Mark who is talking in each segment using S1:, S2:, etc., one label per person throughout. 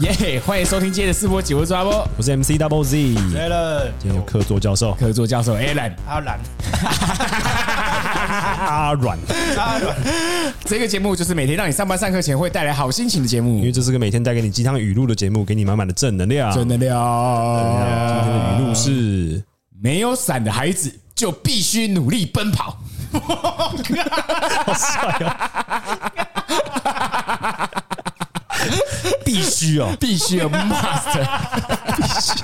S1: 耶、欢迎收听今天的四波几波抓波，
S2: 我是 MC Double Z，今
S3: 来了，
S2: 天有客座教授
S1: 客座教授 Alan。
S3: 阿兰，
S2: 阿软，
S3: 阿兰，
S1: 这个节目就是每天让你上班上课前会带来好心情的节目
S2: 因为，这是个每天带给你鸡汤语录的节目，给你满满的正能量。
S1: 正能
S2: 今天
S1: 量。
S2: 的语录是
S1: 没有伞的孩子就必须努力奔跑。
S2: 必须 哦，
S1: 必须啊有 must，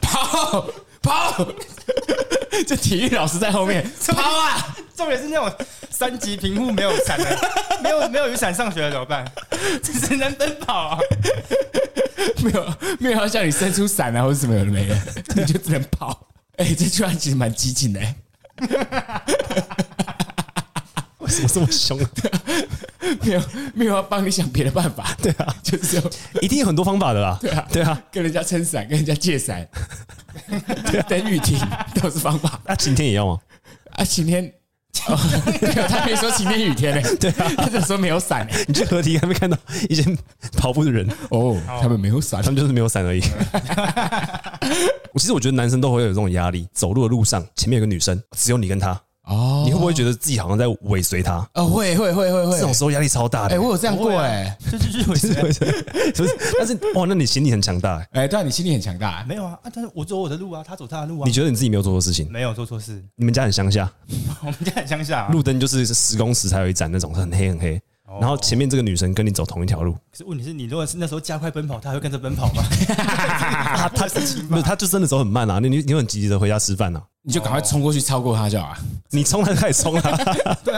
S1: 跑跑，这体育老师在后面跑啊！
S3: 重点是那种三级贫户没有伞的，没有没有雨伞上学的怎么办？ 只能奔跑、啊。
S1: 没有没有要叫你伸出伞啊，或者什么有的没的，你就只能跑。哎、这句话其实蛮激进的、欸，
S2: 为什么这么凶？
S1: 没有没有要帮你想别的办法， 对啊，就是要
S2: 一定有很多方法的啦。对
S1: 啊
S2: 对啊，
S1: 跟人家撑伞，跟人家借 伞，等雨停都是方法
S2: 那晴天也要吗？
S1: 啊。晴天。哦、 没有，他没说晴天雨天呢、欸，对啊，他只说没有伞、欸、
S2: 你去合体还没看到一些跑步的人，
S1: 哦，他们没有伞
S2: 他，们就是没有伞而已。其实我觉得男生都会有这种压力，走路的路上前面有个女生，只有你跟她，
S1: 哦，
S2: 你会不会觉得自己好像在尾随她？
S1: 啊、会会会会会，
S2: 这种时候压力超大的。
S1: 哎、 我有这样过哎、
S3: 就就就
S2: 其实我觉得是不是？但是哇，那你心理很强大、欸，
S1: 哎、对啊，你心理很强大、
S3: 没有啊，啊，但是我走我的路啊，他走他的路啊。
S2: 你觉得你自己没有做错事情？
S3: 没有做错事，
S2: 你们家很乡下，
S3: 我们家很乡下、啊。
S2: 路灯就是十公尺才有一盏那种，很黑很黑。
S1: 哦
S2: 然后前面这个女生跟你走同一条路，
S3: 可是问题是你如果是那时候加快奔跑，他还会跟着奔跑吗？
S2: 啊，她不是她就真的走很慢啊，你你你很急急的回家吃饭啊，
S1: 你就赶快冲过去超过他就好了。
S2: 你冲她就开始冲啊，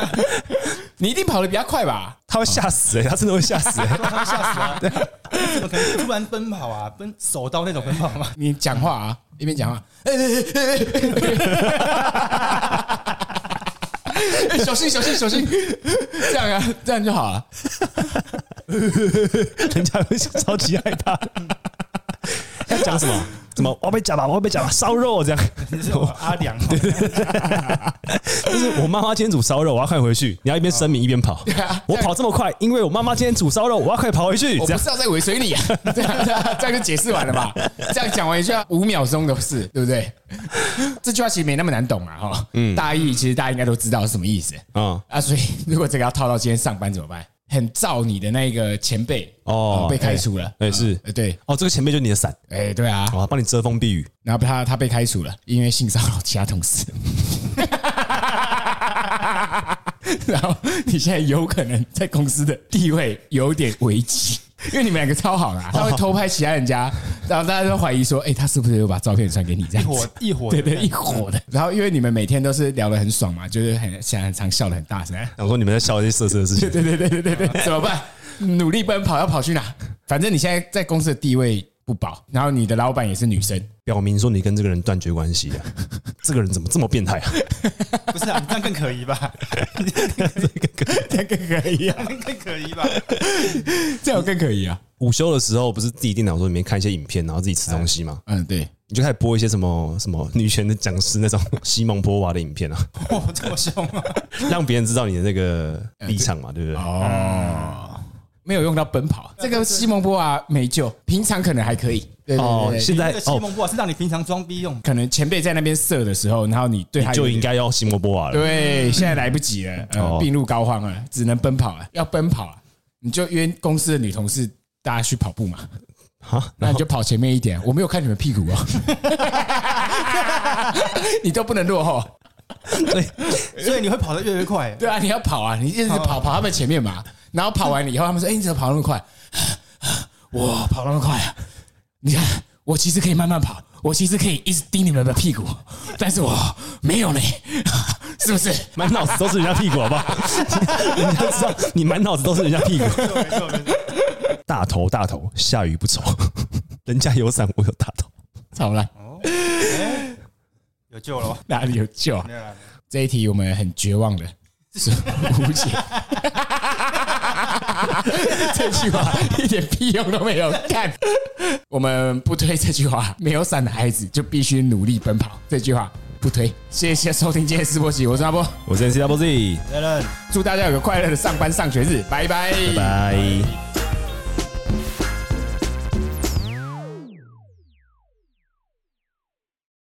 S1: 你一定跑得比他快吧？
S2: 她会吓死哎、欸，她真的会吓 死哎、欸，
S3: 他会吓死啊！ 怎么可能突然奔跑啊？奔手刀那种奔跑吗？
S1: 你讲话啊，一边讲话，哎、哎哎哎哎小心小心小心，这样啊，这样就好了。
S2: 人家会超级害怕。要讲什么？怎么我要被夹吧，我要被夹吧，烧肉啊这样。
S3: 你是我阿良哦，
S2: 就是我妈妈今天煮烧肉，我要快回去。你要一边声明一边跑
S1: 啊，
S2: 我跑这么快，因为我妈妈今天煮烧肉，我要快跑回去。
S1: 我
S2: 这
S1: 不
S2: 样
S1: 是要在尾随你啊，这样这样这样就解释完了吧？这样讲完一下五秒钟都是，对不对？这句话其实没那么难懂啊，哈，大意其实大家应该都知道是什么意思
S2: 啊，
S1: 啊，所以如果这个要套到今天上班怎么办？很照你的那个前辈
S2: 哦
S1: 呃被开除了，
S2: 哎是
S1: 呃对，
S2: 哦，这个前辈就是你的伞，
S1: 哎对啊，
S2: 我帮你遮风避雨。
S1: 然后他他被开除了，因为性骚扰其他同事。然后你现在有可能在公司的地位有点危机，因为你们两个超好啦，他会偷拍其他人家，然后大家都怀疑说，哎，他是不是有把照片传给你这样
S3: 火
S1: 子？
S3: 一火
S1: 对对，一伙的。然后因为你们每天都是聊得很爽嘛，就是很现在很常笑得很大声。
S2: 想说你们在笑一些色色的事情，
S1: 对对对对对对，怎么办？努力奔跑要跑去哪？反正你现在在公司的地位不保，然后你的老板也是女生，
S2: 表明说你跟这个人断绝关系啊！这个人怎么这么变态啊？
S3: 不是啊，你这样更可疑吧？你这
S1: 这更可以啊，
S3: 样更可疑吧？
S1: 这样更可以啊。
S2: 午休的时候不是自己电脑桌里面看一些影片，然后自己吃东西吗？
S1: 嗯，对，
S2: 你就开始播一些什么什么女权的讲师那种西蒙波娃的影片啊，
S3: 哇，这么凶啊！
S2: 让别人知道你的那个立场嘛，对不对？
S1: 哦，没有用到奔跑，这个西蒙波娃没救，平常可能还可以，对对
S2: 哦
S1: 对，对，
S2: 现在
S3: 这个西
S2: 哦，
S3: 蒙波娃啊是让你平常装逼用，
S1: 可能前辈在那边射的时候，然后你对他
S2: 就
S1: 有点
S2: 应该要西蒙波娃了。
S1: 对，现在来不及了，呃
S2: 哦，
S1: 病入膏肓了，只能奔跑了，啊要奔跑了，你就约公司的女同事大家去跑步嘛，
S2: 啊，
S1: 那你就跑前面一点，我没有看你们屁 股哦，你都不能落后。
S3: 所以你会跑得越来越快。
S1: 对啊，你要跑啊，你一直跑跑他们前面嘛，然后跑完了以后，他们说：“哎、你怎么跑那么快？” 我跑那么快啊！你看，我其实可以慢慢跑，我其实可以一直盯你们的屁股，但是我没有呢， 是不是？
S2: 满脑子都是人家屁股，好不好？人家知道你满脑子都是人家屁股。
S3: 没错没错，
S2: 大头大头，下雨不愁，人家有伞，我有大头。
S1: 怎么了？
S3: 有救了吧？
S1: 哪里有救啊
S3: 没？有啦
S1: 这一题我们很绝望的，是无解。 这句话一点屁用都没有，干！我们不推这句话，没有伞的孩子就必须努力奔跑。这句话不推。谢谢收听今天的直播集，我是阿波，
S2: 我是 N C W Z，
S3: 来了。
S1: 祝大家有个快乐的上班上学日，拜拜
S2: 拜。